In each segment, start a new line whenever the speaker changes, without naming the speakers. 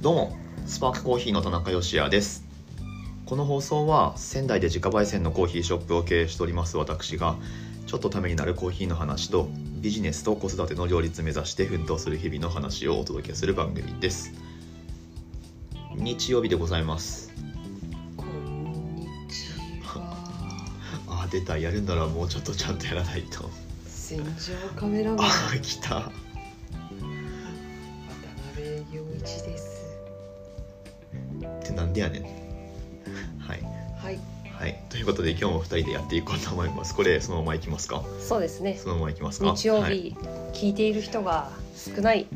どうもスパークコーヒーの田中芳也ですこの放送は仙台で自家焙煎のコーヒーショップを経営しております私がちょっとためになるコーヒーの話とビジネスと子育ての両立目指して奮闘する日々の話をお届けする番組です日曜日でございます
こんにちは。
あー出たやるならもうちょっとちゃんとやらないと
戦場カメラマン
あー来た
渡辺陽一です。
ってなんでやねんはい
はい、
はいということで今日も2人でやっていこうと思いますこれそのままいきますか
そうですね。
そのままいきますか
日曜
はい
日、聞いている人が少ない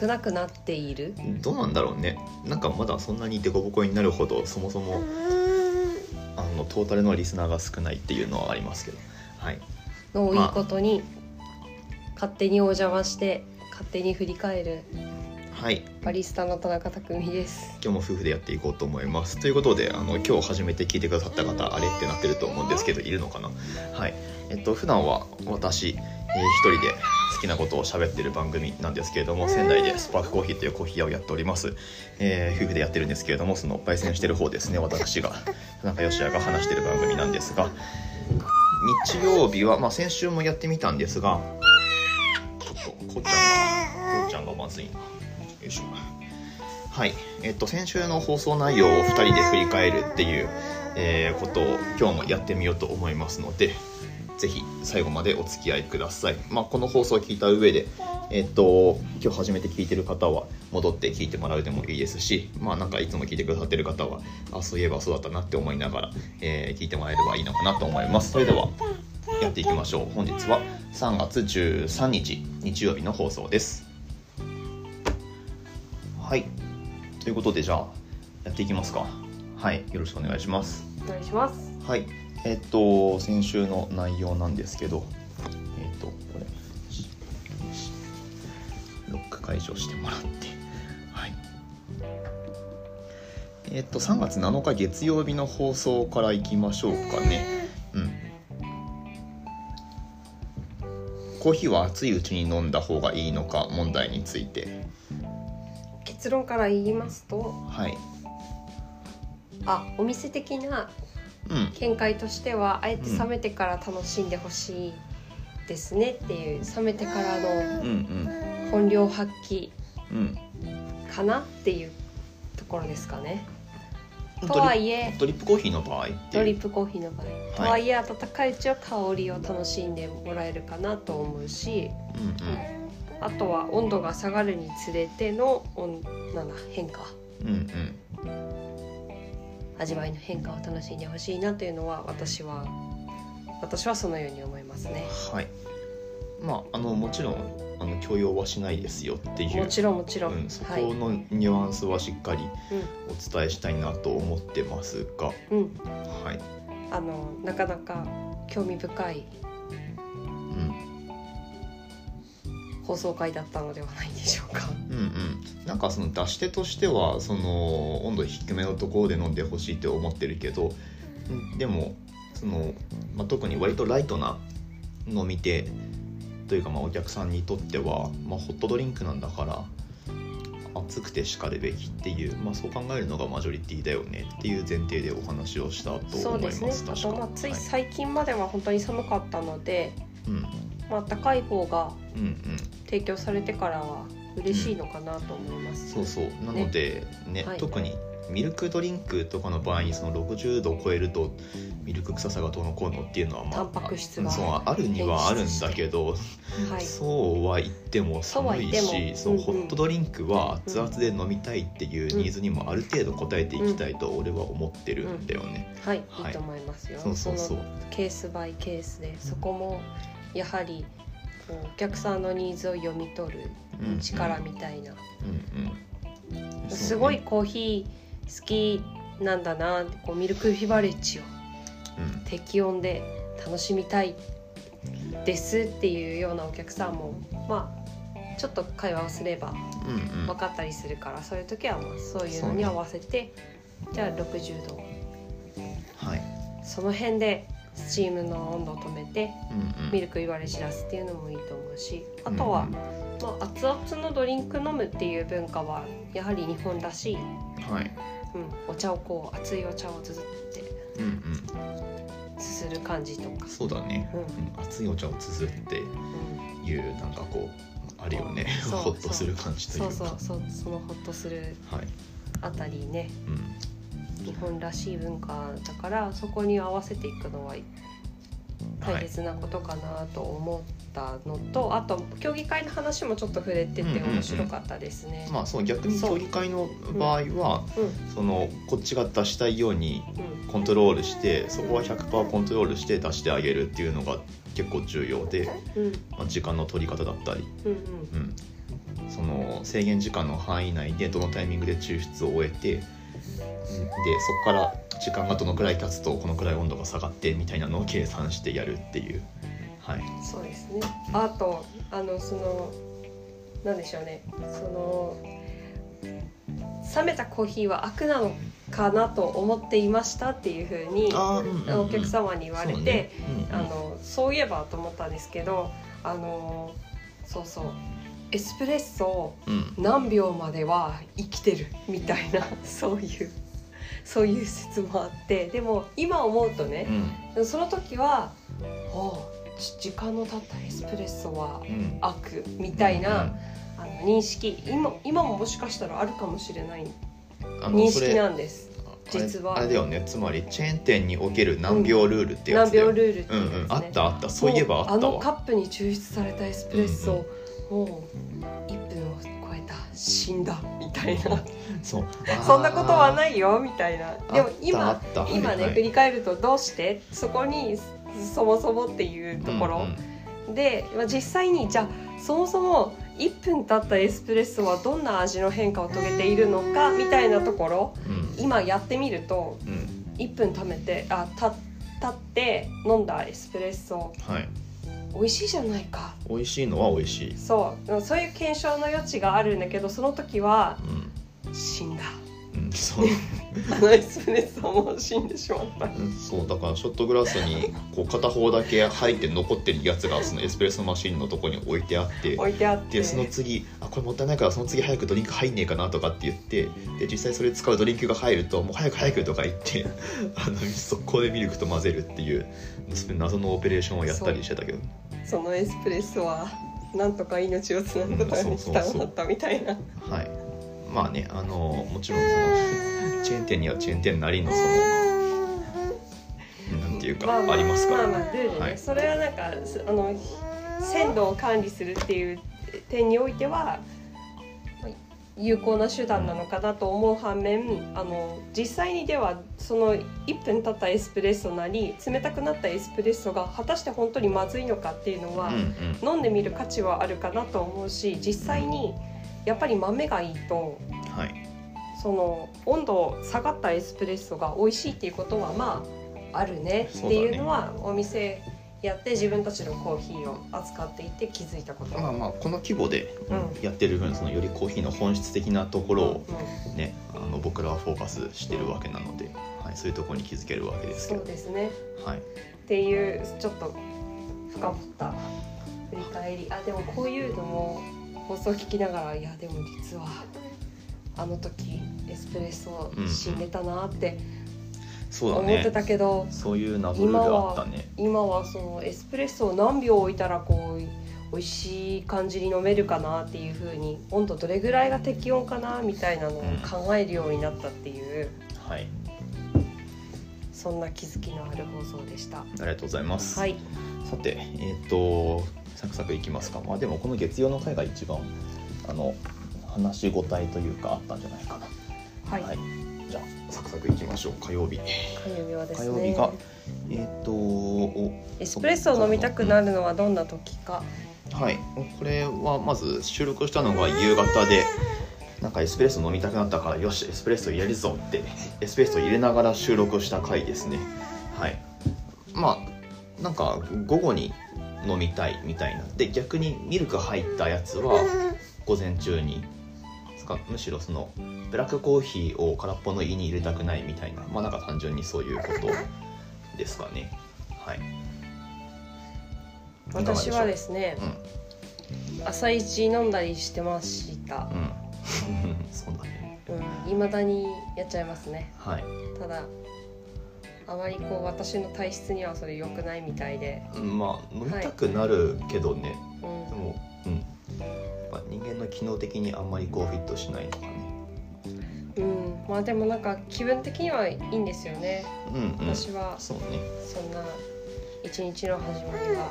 少なくなっている。
どうなんだろうねなんかまだそんなにデコボコになるほどそもそもあのトータルのリスナーが少ないっていうのはありますけどはい
のをいいことに、勝手にお邪魔して勝手に振り返る
はい
バリスタの田中匠です。
今日も夫婦でやっていこうと思いますということであの今日初めて聞いてくださった方あれってなってると思うんですけどいるのかなはいえっと普段は私、えー一人で好きなことを喋ってる番組なんですけれども仙台でスパークコーヒーというコーヒー屋をやっております、えー夫婦でやってるんですけれどもその焙煎してる方ですね私が 田中芳也が話してる番組なんですが日曜日は、まあ、先週もやってみたんですがちょっとこうちゃんがこうちゃんがまずいなよいしょはい、えっと、先週の放送内容を2人で振り返るっていう、えーことを今日もやってみようと思いますのでぜひ最後までお付き合いください、まあ、この放送を聞いた上で、えっと、今日初めて聞いてる方は戻って聞いてもらうでもいいですし、まあ、なんかいつも聞いてくださってる方はあそういえばそうだったなって思いながら、えー聞いてもらえればいいのかなと思いますそれではやっていきましょう本日は3月13日日曜日の放送ですはいということでじゃあやっていきますかはいよろしくお願いします
お願いします。
はいえっと先週の内容なんですけどえっとこれロック解除してもらってはいえっと3月7日月曜日の放送からいきましょうかねうんコーヒーは熱いうちに飲んだ方がいいのか問題について
結論から言いますと、
はい
あ、お店的な
うん
見解としてはあえて冷めてから楽しんでほしいですねっていう、冷めてからの
うんうん
本領発揮
うん
かなっていうところですかね。
ド
と
リ
はいえ
ドリップコーヒーの場合って
ド
い
リ
う
ップコーヒーの場合、とはいえ温かいうちは香りを楽しんでもらえるかなと思うし
う
あとは温度が下がるにつれての温なんだ変化
んうんうんうん
味わいの変化を楽しんでほしいなというのは私は私はそのように思いますね。
はいまああのもちろんあの許容はしないですよっていう
もちろんもちろん、
うん、そ
はい、
このニュアンスはしっかりお伝えしたいなと思ってますが、
うんうん、
はい
あのなかなか興味深い
うん、
放送回だったのではないでしょうか。
うんうんなんかその出し手としてはその温度低めのところで飲んでほしいって思ってるけどうんでもその、まあ、特に割とライトな飲み手というかまあお客さんにとっては、まあ、ホットドリンクなんだから熱くてしかるべきっていう、まあ、そう考えるのがマジョリティだよねっていう前提でお話をしたと
そ
思
う
い
で
ますす
ね。あ
確
とま
か
あつ
はいい
最近までは本当に寒かったので、
うんうん
まあ暖かい方が
うん
提供されてからは嬉しいのかなと思います。
そうそうなのでね
はい
特にミルクドリンクとかの場合にその60度を超えるとミルク臭さがどうのこうのっていうのはまあ
タンパク質が
そうあるにはあるんだけど
はい。
そうは言っても寒い
そうは言って
し
も
そう
うんうん
ホットドリンクは熱々で飲みたいっていうニーズにもある程度応えていきたいと俺は思ってるんだよね。
はい、
はい
い、いと思いますよ。
そうそうそう
のケースバイケースでそこもやはりこうお客さんのニーズを読み取る
うんうん
力みたいな、
うんうんそうね
すごいコーヒー好きなんだなこうミルクフィバレッジを
うん
適温で楽しみたいですっていうようなお客さんもまあちょっと会話をすれば
うんうん
分かったりするから、そういう時はまあそういうのに合わせて、じゃあ60度
はい
その辺でスチームの温度を止めて
うん
ミルクいわれしらすっていうのもいいと思うしあとは、まあ、熱々のドリンク飲むっていう文化はやはり日本らしい、うん、
うんはい
お茶をこう熱いお茶をずっと
うんうん
すする感じとか、
そうだね、
うん
うん、熱いお茶をつづっていうなんかこうあるよね
そ う
ほっとする感じという
そう
か
そうそうそのホッとする
はい、
あたりね
うん、
日本らしい文化だからそこに合わせていくのは大切なことかなと思ったのと、あと競技会の話もちょっと触れて
うんうん
て
うん
面白かったですね。
まあそう逆に
そう
競技会の場合は
うんうん
そのこっちが出したいように
うん
コントロールしてそこは100%コントロールして出してあげるっていうのが結構重要で、
うん
まあ、時間の取り方だったり、
うん
うん、その制限時間の範囲内でどのタイミングで抽出を終えてうんでそこから時間がどのくらい経つとこのくらい温度が下がってみたいなのを計算してやるっていう、はい、
うんそうですね。あとあのそのなんでしょうねその冷めたコーヒーは悪なのかなと思っていましたっていうふうに
あーうんうんうん
お客様に言われ
そう
て。
ねうん
あのそういえばと思ったんですけどあのそうそうエスプレッソ
うん
何秒までは生きてるみたいなそういうそういう説もあってでも今思うと
う
ね
ん
その時は「おうち時間の経ったエスプレッソは
うん
悪」みたいな、あの認識今今ももしかしたらあるかもしれない
うんあの
認
そ
識
れ
なんです。
あれ
実は
あれだよねつまりチェーン店における何秒ルールってや
何
つだよ
秒
ね
ルールって
うん
いう
うん
やつ
あ
ね
ったあったそういえばあった
もうあのカ
わ
ップに抽出されたエスプレッソ、もう1分を超えた死んだみたいな
そう
そんなことはいないよみたいなでも
あっ
今
たあった
今ね、
はいは
振
い
り返るとどうしてそこにそもそもっていうところ、で、まあ、実際にじゃあそもそも1分経ったエスプレッソはどんな味の変化を遂げているのかみたいなところ
うんうん
今やってみると
うんうん
1分ためてあた経って飲んだエスプレッソ
はい
美味しいじゃないか
美味しいのは美味しい
そうそういう検証の余地があるんだけどその時は
う
死んだ
んうんそう
あのエスプレッソはもう死んでしまった
うん そうだからショットグラスにこう片方だけ入って残ってるやつがそのエスプレッソマシンのとこに置いてあって
置いてあって
でその次あこれもったいないからその次早くドリンク入んねえかなとかって言ってで実際それ使うドリンクが入るともう早く早くとか言って あの速攻でミルクと混ぜるっていう謎のオペレーションをやったりしてたけど
そのエスプレッソはなんとか命をつなぐことができ
うんそうそう
た
そう
だったみたいな
はいまあねあのもちろんそ のチェーン店にはチェーン店なりのそのなんていうかありますか
まあ
ら、
まあルールね、
はい
それはなんかすあの鮮度を管理するっていう点においてはまあ有効な手段なのかなと思う反面あの実際にではその1分経ったエスプレッソなり冷たくなったエスプレッソが果たして本当にまずいのかっていうのは、
うんうん
飲んでみる価値はあるかなと思うし実際にやっぱり豆がいいと
はい
その温度下がったエスプレッソが美味しいっていうことはまああるねっていうのはお店やって自分たちのコーヒーを扱っていって気づいたこと。
まあまあこの規模で
うん
やってる分そのよりコーヒーの本質的なところを
うん
ねあの僕らはフォーカスしてるわけなので、はい、そういうところに気づけるわけですけ
そ
ど
うですね
はい
っていうちょっと深掘った振り返りあでもこういうのも放送聞きながらいやでも実はあの時エスプレッソ死んでたなって
そうだ
思って
ね
たけど、
そういうナブルがあったね
今はそのエスプレッソを何秒置いたらこう美味しい感じに飲めるかなっていう風に温度どれぐらいが適温かなみたいなのを考えるようになったっていう、
はい
そんな気づきのある放送でした。
ありがとうございます、
はい、
さてえっ、とサクサクいきますかまあでもこの月曜の回が一番あの話しごたえというかあったんじゃないかな
はい、
はいじゃあサクサクいきましょう火曜日
火曜日はですね。
火曜日がえっ、とお
エスプレッソを飲みたくなるのはどんな時か。
はい、これはまず収録したのが夕方でなんかエスプレッソ飲みたくなったからよしエスプレッソ入れるぞってエスプレッソ入れながら収録した回ですねはいまあなんか午後に飲みたいみたいなで逆にミルク入ったやつは午前中につかむしろそのブラックコーヒーを空っぽの胃に入れたくないみたいなまあなんか単純にそういうことですかねはい
私はですすね
う、
朝一飲んだりしてました
う。んそうだね
うん、未だにやっちゃいますね。
はい
ただあまりこう私の体質にはそれ良くないみたいで、
まあ飲みたくなるけどね、
うん
で、もうんやっぱ人間の機能的にあんまりこうフィットしないのかね
うん、まあでもなんか気分的にはいいんですよね。
うんうん
私は
そうね
そんな一日の始まりは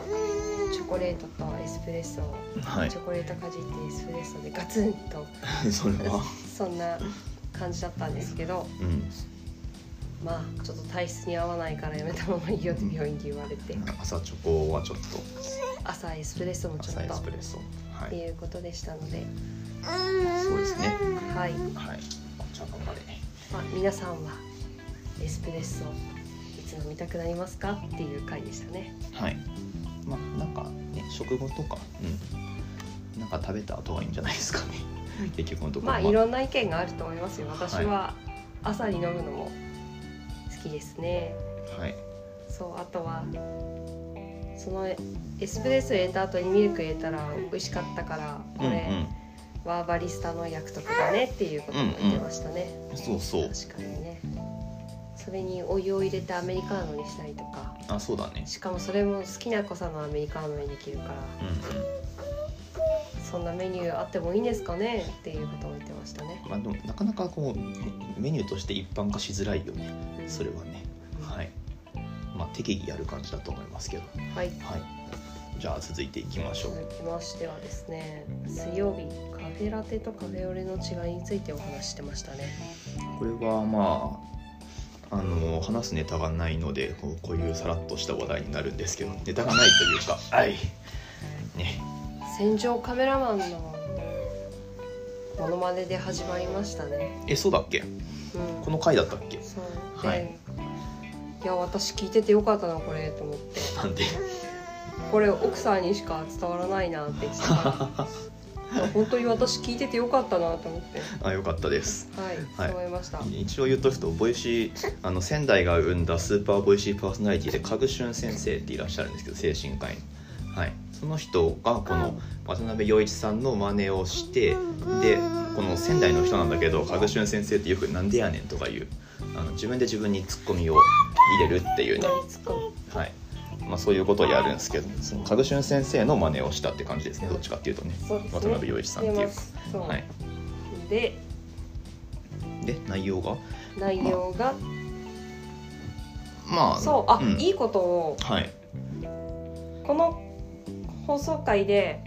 チョコレートとエスプレッソを
は
チョコレートかじってエスプレッソでガツンと
いそれは
そんな感じだったんですけど
うん
まあちょっと体質に合わないからやめた方がいいよって病院で言われて
朝チョコはちょっと
朝エスプレッソもちょ
朝
っ
エ
と
ス
っ
プレッソは
て
い
いうことでしたので、
そうですね
はい、
はいじゃあここまで
まあ、皆さんはエスプレッソいつ飲みたくなりますかっていう回でしたね。
はいまあなんかね食後とかうんなんか食べた後はいいんじゃないですかね 結局のところ
まあいろんな意見があると思いますよ。私は朝に飲むのも好きですね。
はい
そうあとはそのエスプレッソ入れた後にミルク入れたら美味しかったからこ
うん
れはバリスタの約束だねっていうことも言ってましたね。
うんそうそう
確かにね。それにお湯を入れてアメリカーノにしたりとか。
あそうだね
しかもそれも好きな子さんのアメリカーノにできるから。
うんうん
そんなメニューあってもいいんですかねっていうことを言ってましたね。
まあでもなかなかこうねメニューとして一般化しづらいよねそれはねはいまあ適宜やる感じだと思いますけど
はい。
はいじゃあ続いていきましょう
続きましてはですね、水曜日カフェラテとカフェオレの違いについてお話ししてましたね。
これはまああの話すネタがないのでこうこういうさらっとした話題になるんですけどネタがないというかはいね
戦場カメラマンのモノマネで始まりましたね。
えそうだっけ
うん
こ。の回だったっけ
そう。で、
はい
い、や私聞いててよかったなこれと思って、
なん で
これ奥さんにしか伝わらないなって言ってた か
あ
らいや本当に私聞いててよかったなと思って、
よかったです
はい、
はい
そう思いました。
一応言っとくとボイシーあの仙台が生んだスーパーボイシーパーソナリティでカグシュン先生っていらっしゃるんですけど精神科医の、はい、その人がこの渡辺陽一さんの真似をしてでこの仙台の人なんだけどカグシュン先生ってよく「なんでやねん」とか言うあの自分で自分にツッコミを入れるっていうね、
ツッコミ
はいまあ、そういうことをやるんですけどそのカグシュン先生の真似をしたって感じですねどっちかっていうとね
そうですね。
渡辺陽一さんっていうか。
そう、
はい、
で
で内容が
内容が、
まあ
そうあ、
ん
いいことを
はい
この放送回で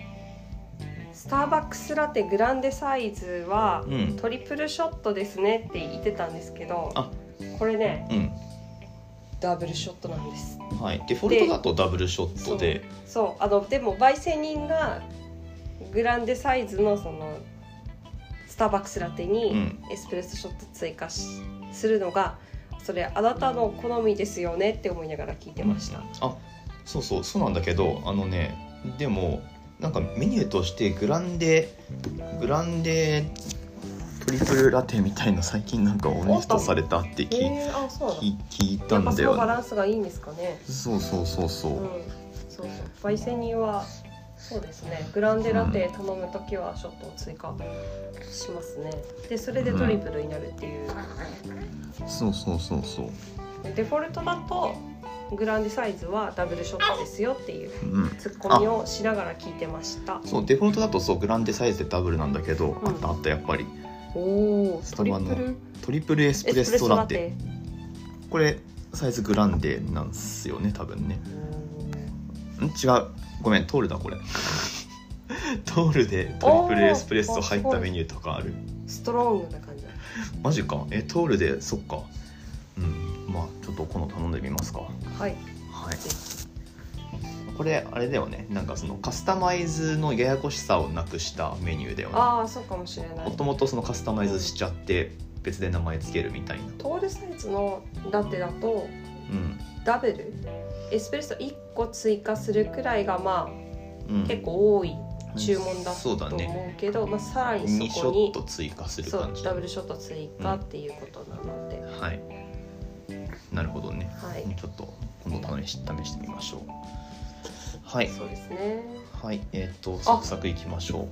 スターバックスラテグランデサイズは
うん
トリプルショットですねって言ってたんですけど
あ
これね
うん
ダブルショットなんです
はい、デフォルトだとダブルショットで
そうあのでも焙煎人がグランデサイズのそのスターバックスラテ
う
に
ん
エスプレッソショット追加しするのがそれあなたの好みですよねって思いながら聞いてました、
あそうそうそうなんだけどあのねでもなんかメニューとしてグランデグランデトリプルラテみたいな最近なんかオネストされたって
え
聞,、
えあそうなの
聞聞いた
やっ
んだ
ぱそのバ
よ、ね、
ランスがいいんですかね。
そうそうそうそう、
うん、そうそう。焙煎人はそうですね。グランデラテ頼むときはショットを追加しますね。でそれでトリプルになるっていう。
そうそうそうそう
デフォルトだとグランデサイズはダブルショットですよっていう
うん
ツッコミをしながら聞いてました。
そうデフォルトだとそうグランデサイズでダブルなんだけど、
うん
あったあったやっぱり
おお。
ス
ト
タ
リ
バの
プル
トリプルエスプ
エ
レッ
スプレッ
ソ
ソ
ラ
ラ
テ
テ。
これサイズグランデなんですよね多分ねん違うごめんトールだこれ トールでトリプルエスプレッソ入ったメニューとかある
ストロングな感じだ。
マジかえトールでそっかうんまあちょっと今度頼んでみますかは
はい。
いこれあれだよねなんかそのカスタマイズのややこしさをなくしたメニューだよね
ああそうかもしれな
も
い。
ともとそのカスタマイズしちゃって別で名前つけるみたいな
トールサイズのラテだと
うん
ダブルエスプレッソ1個追加するくらいがま
うん
あ結構多い注文だ
そう
と
だ
思
ね
うけど、まあ、さら
2
に
シ
そこ
ョッ
に
ト追加する
そ
感
う
じ
ダブルショット追加っていうことなので、
はいなるほどね
はい、
ちょっと今度試し試してみましょうはい
そうですね
はいえっ、とサクサクいきましょ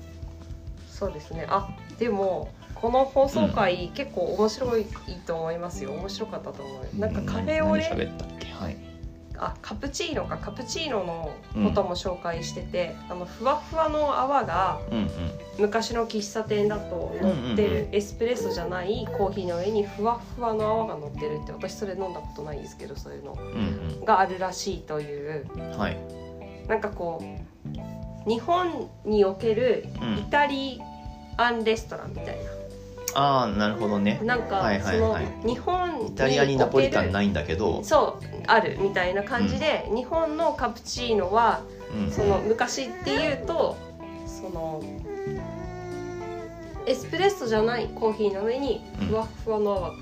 そうですねあでもこの放送回、結構面白いと思いますよ面白かったと思
う
うなんかカフェオレ
何何喋ったっけはい
あカプチーノかカプチーノのことも紹介してて、あのふわふわの泡が
うんうん
昔の喫茶店だと乗って
うんうん
るエスプレッソじゃないコーヒーの上にふわふわの泡が乗ってるって私それ飲んだことないんですけどそういうの
うん
があるらしいという
うんはい
なんかこう日本における
う
イ
ん
タリアンレストランみたい
ああなるほどね
ななんか
はいは
そ
い
の
はい
日本における
イタリアにナポリタンないんだけど、
そうあるみたいな感じで、日本のカプチーノは
うん、
その昔っていうとそのエスプレッソじゃないコーヒーの上に
うん
ふわっふわの泡が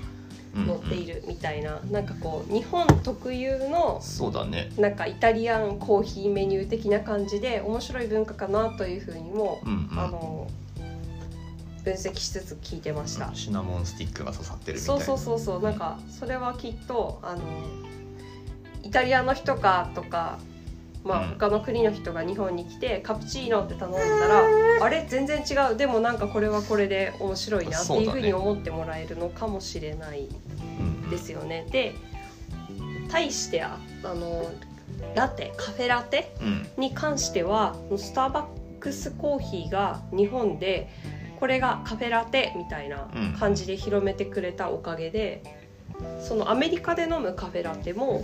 うんうん
乗っているみたいな、なんかこう日本特有の
そうだね
なんかイタリアンコーヒーメニュー的な感じで面白い文化かなというふうにも、
うんうん
あの分析しつつ聞いてました。
シナモンスティックが刺さってるみたい
そう
な
そうそうそうなんかそれはきっとあのイタリアの人かとか、まあ、
うん
他の国の人が日本に来てカプチーノって頼んだら、あれ全然違うでもなんかこれはこれで面白いなって
そう
いう
だ
ふ
ね
うに思ってもらえるのかもしれない
うんうん
ですよね。で対してああのラテカフェラテ
うん
に関してはスターバックスコーヒーが日本でこれがカフェラテみたいな感じで広めてくれたおかげで、そのアメリカで飲むカフェラテも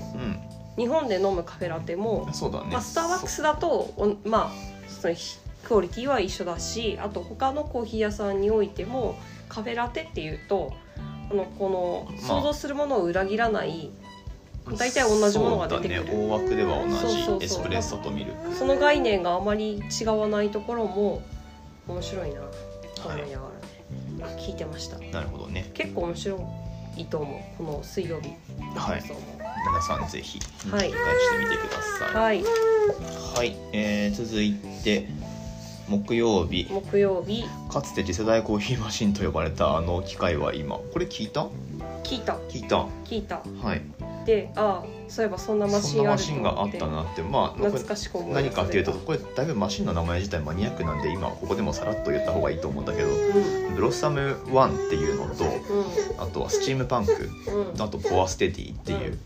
う
日本で飲むカフェラテも、
んそうだね、
まあ、スターバックスだとおまあそのひクオリティは一緒だしあと他のコーヒー屋さんにおいてもカフェラテっていうとあのこの
まあ
想像するものを裏切らない、
そう
大体同じものが出てくる
そうだね大枠では
そうそうそう
同じエスプレッソとミルク
その概念があまり違わないところも面白いなと思いながら聞いてました、
なるほどね
結構面白いと思うこの水曜日の
はい
放送も
皆さんぜひ
は
繰
い
り返してみてください
はい、
はい、えー続いて木曜日
木曜日
かつて次世代コーヒーマシンと呼ばれたあの機械は今これ聞いた
聞いた
聞いた
聞いた
はい
でああそういえばそんなマ
そ
シ
ん
ン
なマ
あると
シンがあ
思
っ
って
たなってまあこれ
懐かしく思い出
何かっていうと
う
これだいぶマシンの名前自体マニアックなんで今ここでもさらっと言った方がいいと思うんだけどブロッサム1っていうのと
ん
あとはスチームパンク
うんうん
あとポアステディっていう、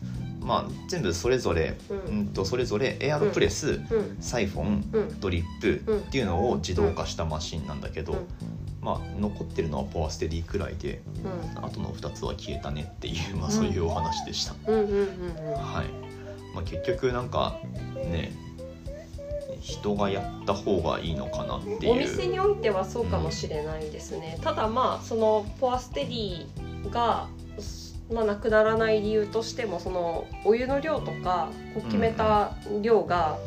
まあ全部それぞれ、
う
うんんとそれぞれエアロプレス、
うん
サイフォン
うん
ドリップっていうのを自動化したマシンなんだけど、まあ残ってるのはポアステディくらいであとの2つは消えたねっていう、まあ、そういうお話でした、
うんうんうんうんうん
はい、まあ、結局なんかね人がやった方がいいのかなっていう
お店においてはそうかもしれないですね、ただまあそのポアステディが、まあ、なくならない理由としてもそのお湯の量とかこう決めた量が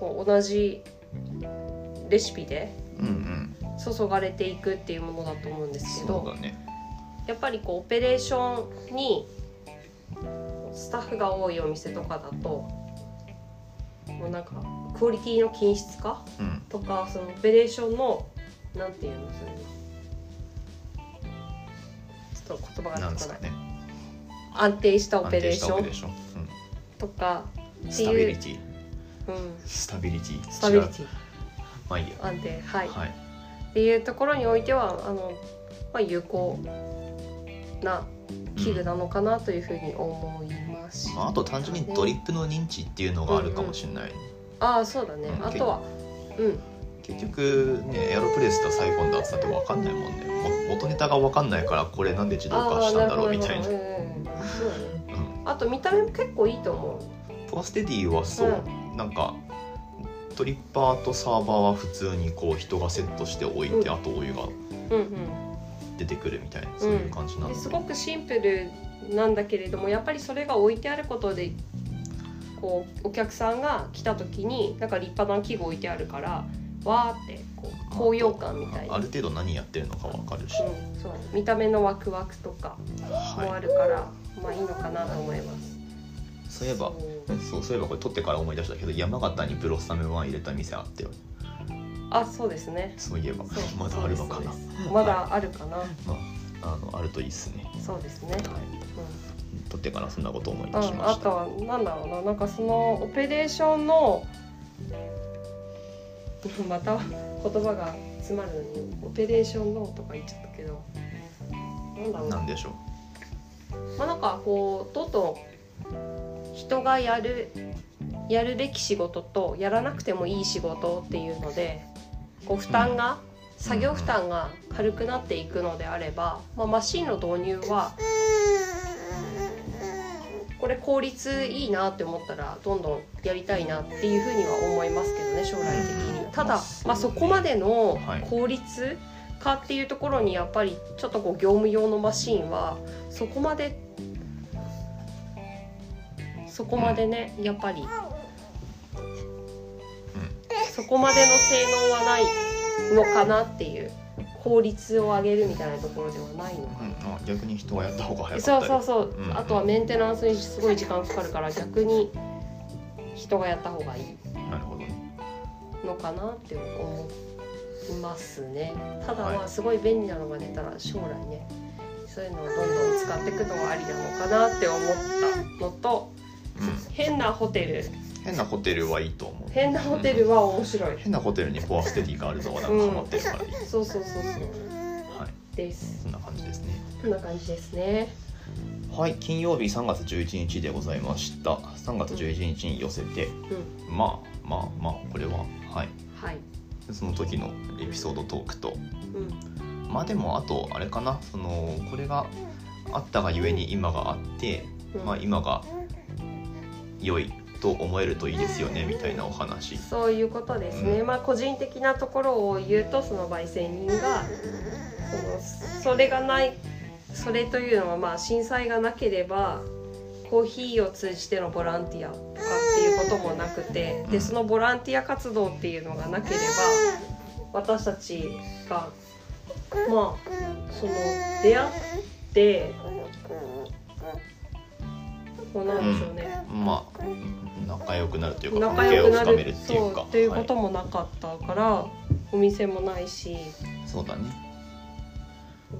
こう同じレシピで
うんうん
注がれていくっていうものだと思うんですけ
そう
ど
だね
やっぱりこうオペレーションにスタッフが多いお店とかだともうなんかクオリティの均質化
うん
とかそのオペレーションのなんていうのそれはちょっと言葉が
なん
出
です
てこな
か
い、
ね
安定したオペレーシ
安
ョ
定
ン
したオペレーション、
とか
うん、
って
スタビ
い
リ
う、
ティ
うん、
スタビリティ
スタビリテ
違う
ィ
まあいいや
安定はい、
はい
っていうところにおいてはあの、まあ、有効な器具なのかなというふうに思います、
まあ、あと単純にドリップの認知っていうのがあるかもしれない、
ああそうだね、
うん
あとはうん
結局ねエアロプレスとサイフォンだったって分かんないもんねも元ネタが分かんないからこれなんで自動化したんだろうみたいな
あーるほどるほどうんうんそうだね
うん
あと見た目も結構いいと思う
ポアステディはそう、なんかトリッパーとサーバーは普通にこう人がセットしておいて、
うん
あとお湯が
うんうん
出てくるみたいなそういう感じなの
です
で、
ごくシンプルなんだけれどもやっぱりそれが置いてあることでこうお客さんが来た時になんか立派な器具置いてあるからわーってこう高揚感みたいな、
あ
うん
る程度何やってるのか分かるし、
そう見た目のワクワクとかもあ
は
るから、まあいいのかなと思います。
い、そういえば
そう
そうそういえばこれ撮ってから思い出したけど山形にブロッサムワン入れた店あったよ
あそうですね
そういえば
そう
まだあるのかな
そうですそうですまだあるかな、
まあ、あのあるといいっすね。
そうですね、
は
うん
撮ってからそんなことを思い出し
うん、
ま
あ
した
とはなんだろうななんかそのオペレーションの また言葉が詰まるのにオペレーションのとか言っちゃったけどなんだろうな
なんでしょう
まあ、なんかこうどんどん人がやるやるべき仕事とやらなくてもいい仕事っていうのでこう負担が、作業負担が軽くなっていくのであれば、まあ、マシンの導入はこれ効率いいなって思ったらどんどんやりたいなっていうふうには思いますけどね将来的に。ただ、まあ、そこまでの
はい
効率化っていうところにやっぱりちょっとこう業務用のマシンはそこまでそこまでねやっぱりそこまでの性能はないのかなっていう効率を上げるみたいなところではない
う
の
んあ逆に人がやった方が早か
そ
っ
う
た
そう
り
そう、
うん
あとはメンテナンスにすごい時間かかるから逆に人がやった方がいい
なるほどね
のかなって思いますねただ
はい
まあすごい便利なのが出たら将来ねそういうのをどんどん使っていくのはありなのかなって思ったのと
う
変なホテル
ん変なホテルはいいと思う
変なホテルは面白い
変なホテルにフォアステディがあるのはなんかハマってるからいい、
そうそうそうそう
はい
です
そんな感じですね
こんな感じですね
はい金曜日3月11日でございました3月11日に寄せて
うん
まあまあまあこれははい
はい
その時のエピソードトークと
うん
まあでもあとあれかなそのこれがあったがゆえに今があって、
うん
まあ、今が良いと思えるといいですよねみたいなお話
そういうことですね、
うん
まあ個人的なところを言うとその焙煎人がそのそれがないそれというのはまあ震災がなければコーヒーを通じてのボランティアとかっていうこともなくて
う
で
ん
そのボランティア活動っていうのがなければ私たちがまあその出会ってこうなんでしょうね、
まあ仲良くなるというか
仲
関係
良く
を
な
深める
る
っていうか
そうということ
は
もなかったから、お店もないし
いそうだね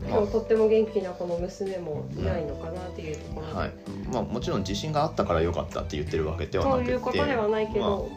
今日とっても元気なこの娘もいないのかなっていうところで、
はいまあ、もちろん自信があったから良かったって言ってるわけではな
と
くて
いうことではないけど、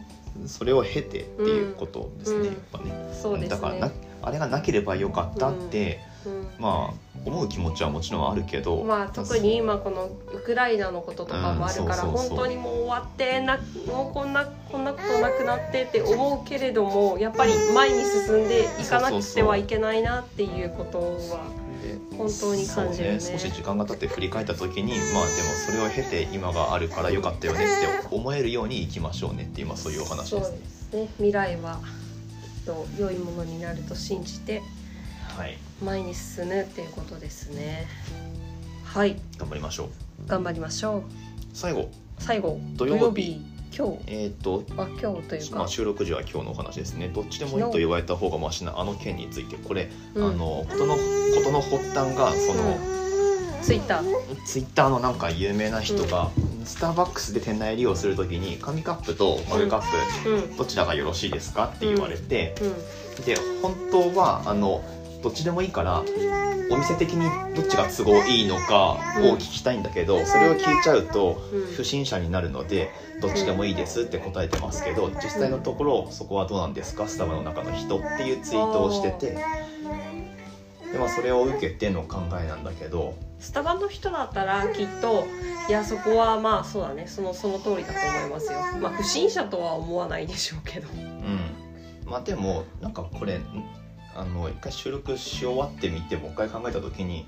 それを経てっていうことですね、
うん
やっぱね
そうですね
だからなあれがなければ良かったって、
うん
まあ思う気持ちはもちろんあるけど
まあ特に今このウクライナのこととかもあるから、
うんそうそうそう
本当にもう終わってなもうこんなこんなことなくなってって思うけれどもやっぱり前に進んでいかなくてはいけないなっていうことは
で
本当に感じるね
そう少し時間が経って振り返った時にまあでもそれを経て今があるから良かったよねって思えるようにいきましょうねって今そういうお話
そう
で、
ですすね未来はきっと良いものになると信じて
はい
前に進むっていうことですねはい
頑張りましょう
頑張りましょう
最後
最後
土曜日
土曜日
えっ、と
今日あ今日というか、
まあ、収録時は今日のお話ですねどっちでもいいと言われた方がマシなあの件についてこれ、
うん
あのことのことの発端がその、
ツイッター
ツイッターのなんか有名な人が、スターバックスで店内利用するときに紙カップとマグカップ、
うん
どちらがよろしいですかって言われて、
うん
で本当はあのどっちでもいいからお店的にどっちが都合いいのかを聞きたいんだけど、それを聞いちゃうと
うん
不審者になるのでどっちでもいいですって答えてますけど実際のところそこはどうなんですかスタバの中の人っていうツイートをしててで、まあ、それを受けての考えなんだけど
スタバの人だったらきっといやそこはまあそうだねそのその通りだと思いますよまあ不審者とは思わないでしょうけど
うん、まあでもなんかこれんあの一回収録し終わってみてもう一回考えた時に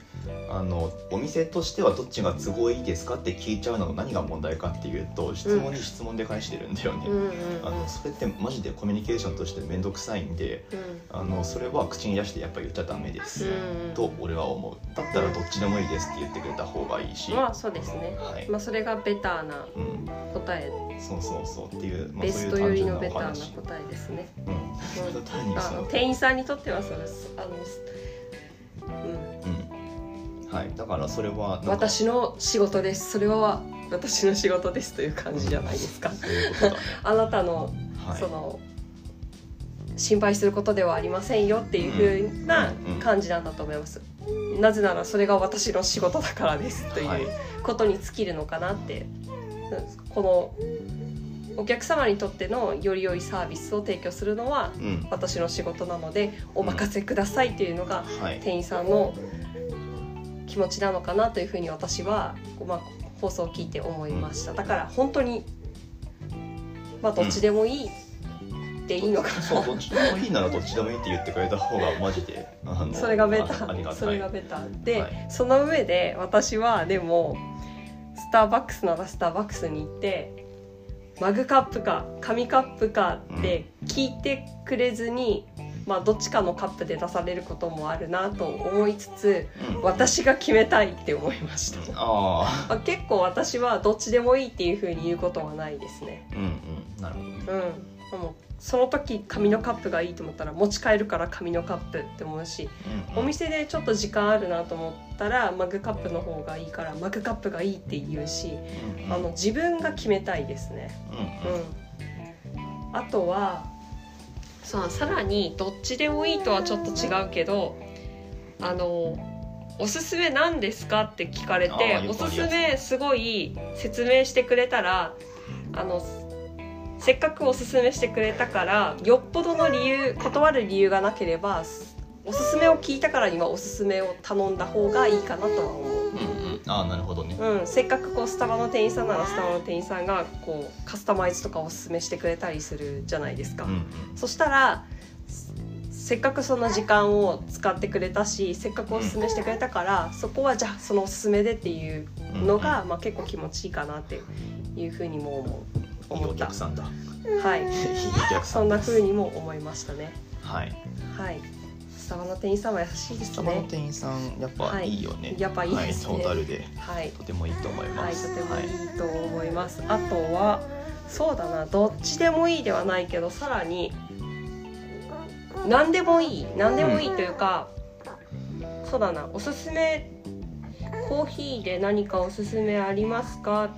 あのお店としてはどっちが都合いいですかって聞いちゃうのが何が問題かっていうと質問に質問で返してるんだよね。
うんうんうん
あのそれってマジでコミュニケーションとして面倒くさいんであのそれは口に出してやっぱ言っちゃダメです、
うん
と俺は思うだったらどっちでもいいですって言ってくれた方がいいし、
まあそうですね
はい
まあそれがベターな
うん、
答え
そうそうそうっていう、まあ、
ベ
そうい
ス
う
トよ
単
り
純
の
な
ベ
お
ターな
話、
答えです ね
うん、
うん
ただ単に
あ
その
店員さんにとってはそれあのすあの、
うん、はいだからそれは
うん、私の仕事ですそれは私の仕事ですという感じじゃないですか
そういうことだね
あなたの、
はい
その心配することではありませんよっていう風な
うんうん
感じなんだと思います、なぜならそれが私の仕事だからですとい
はいう
ことに尽きるのかなって、このお客様にとってのより良いサービスを提供するのは
うん
私の仕事なのでお任せくださいっていうのが
はい
店員さんの気持ちなのかなというふうに私は、まあ、放送を聞いて思いましただから本当に、まあ、どっちでもいいでいいのかな、
そうどっちでもいいならどっちでもいいって言ってくれた方がマジであの
それがベ
あありがたい
タそれがベタで、
はい
その上で私はでもスターバックスならスターバックスに行ってマグカップか紙カップかって聞いてくれずに、まあ、どっちかのカップで出されることもあるなと思いつつ
うん
私が決めたいって思いました、
あ
まあ、結構私はどっちでもいいっていうふうに言うことはないですね
あうんうんなるほどね
うんもうその時紙のカップがいいと思ったら持ち帰るから紙のカップって思うし
うん
お
うん
店でちょっと時間あるなと思ったらマグカップの方がいいからマグカップがいいって言うし
うんうん
あの自分が決めたいですね。
うんうん
うん、あとはさあさらにどっちでもいいとはちょっと違うけどあのおすすめなんですかって聞かれ
あ
て
ー
お
よくある
すす
やつ
めすごい説明してくれたらあのせっかくおすすめしてくれたからよっぽどの理由断る理由がなければおすすめを聞いたからにはおすすめを頼んだ方がいいかなとは思う。
うんうんああなるほどね
うん、せっかくこうスタバの店員さんならスタバの店員さんがこうカスタマイズとかおすすめしてくれたりするじゃないですか、
うんうん
そしたらせせっかくその時間を使ってくれたしせっかくおすすめしてくれたから、そこはじゃあそのおすすめでっていう
うんうん
のが、まあ、結構気持ちいいかなっていうふうにも思う
いい
思
お
った
客さん だい
はい
いお客さ
そ
ん
ん
で
な
す
ふうにも思いましたね
はい
はいスタバの店員さんは優しいで
ス
す
タバの
ね
店員さんやっぱいいよね
やっぱいい
はい
です
ト
ね
ータルで
はい
とてもいいと思い
は
ま
い、
す
とてもいいと思います。あとは、そうだな、どっちでもいいではないけど、さらに。何でもいい、何でもいいというか。そうだな、おすすめ。コーヒーで何かおすすめありますか。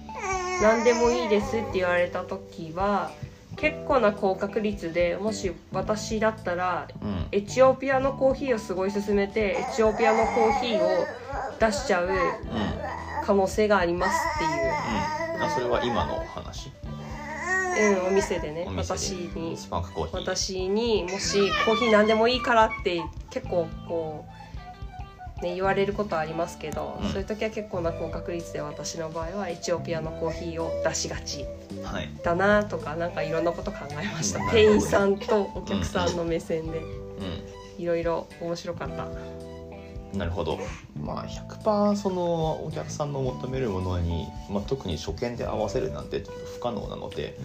何でもいいですって言われた時は。結構な高確率でもし私だったら
うん
エチオピアのコーヒーをすごい勧めてエチオピアのコーヒーを出しちゃう
うんうん
可能性がありますっていう
あそれは今の話
うん、お店でね
お店で
私に
スパンクコーヒー
私にもしコーヒー何でもいいからって結構こう、ね、言われることはありますけど、
うん
そういう時は結構な高確率で私の場合はエチオピアのコーヒーを出しがち
はい
だなとかなんかいろんなこと考えました
うん
店員さんとお客さんの目線で
う
いろいろ面白かった。
んなるほどまあ100%そのお客さんの求めるものに、まあ、特に初見で合わせるなんて不可能なので、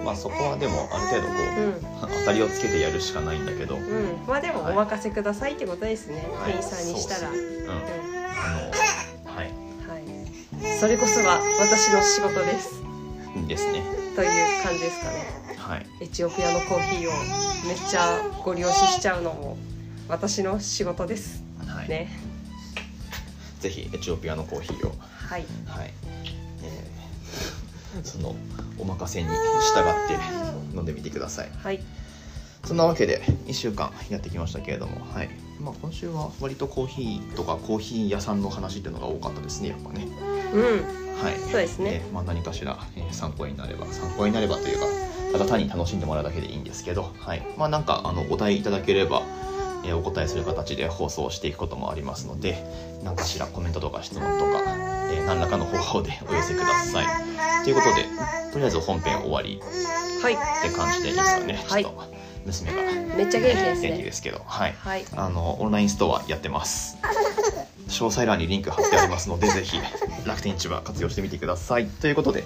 うん
まあ、そこはでもある程度こ
うん
う当たりをつけてやるしかないんだけど、うん、
うん、まあでも
はい
お任せくださいってことですね、
はい
店員さんにしたら。
そう
う
あ
ん
のはい
はい、それこそが私の仕事です
いいですね
という感じですかね
はい
エチオピアのコーヒーをめっちゃご利用ししちゃうのも私の仕事です
はい、
ね
ぜひエチオピアのコーヒーを
はい
はい、えーそのお任せに従って飲んでみてください
はい
そんなわけで1週間やってきましたけれども、はいまあ、今週は割とコーヒーとかコーヒー屋さんの話っていうのが多かったですねやっぱね。
うん
はい、
そうですね
えーまあ、何かしら、えー参考になれば参考になればというかただ単に楽しんでもらうだけでいいんですけど、はいまあ、なんかあのお題いただければ、えーお答えする形で放送していくこともありますので何かしらコメントとか質問とか、えー何らかの方法で お寄せください。ということでとりあえず本編終わり
は
って感じでいいですかね、
はい
ちょっと娘が。
いめっちゃ元気です
元気
ね
ですけど、はい、
はい
あのオンラインストアやってます。詳細欄にリンク貼ってありますので、ぜひ楽天市場活用してみてください。ということで、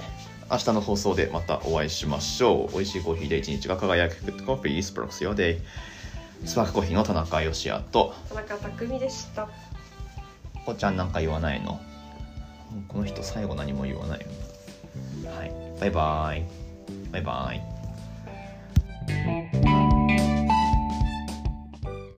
明日の放送でまたお会いしましょう。美味しいコーヒーで一日が輝くグッドコーヒースプロクスヨデイ。スパークコーヒーの田中義也と、
田中匠でした
こちゃんなんか言わないの。この人最後何も言わないよ。はい、バイバイ。バイバイ。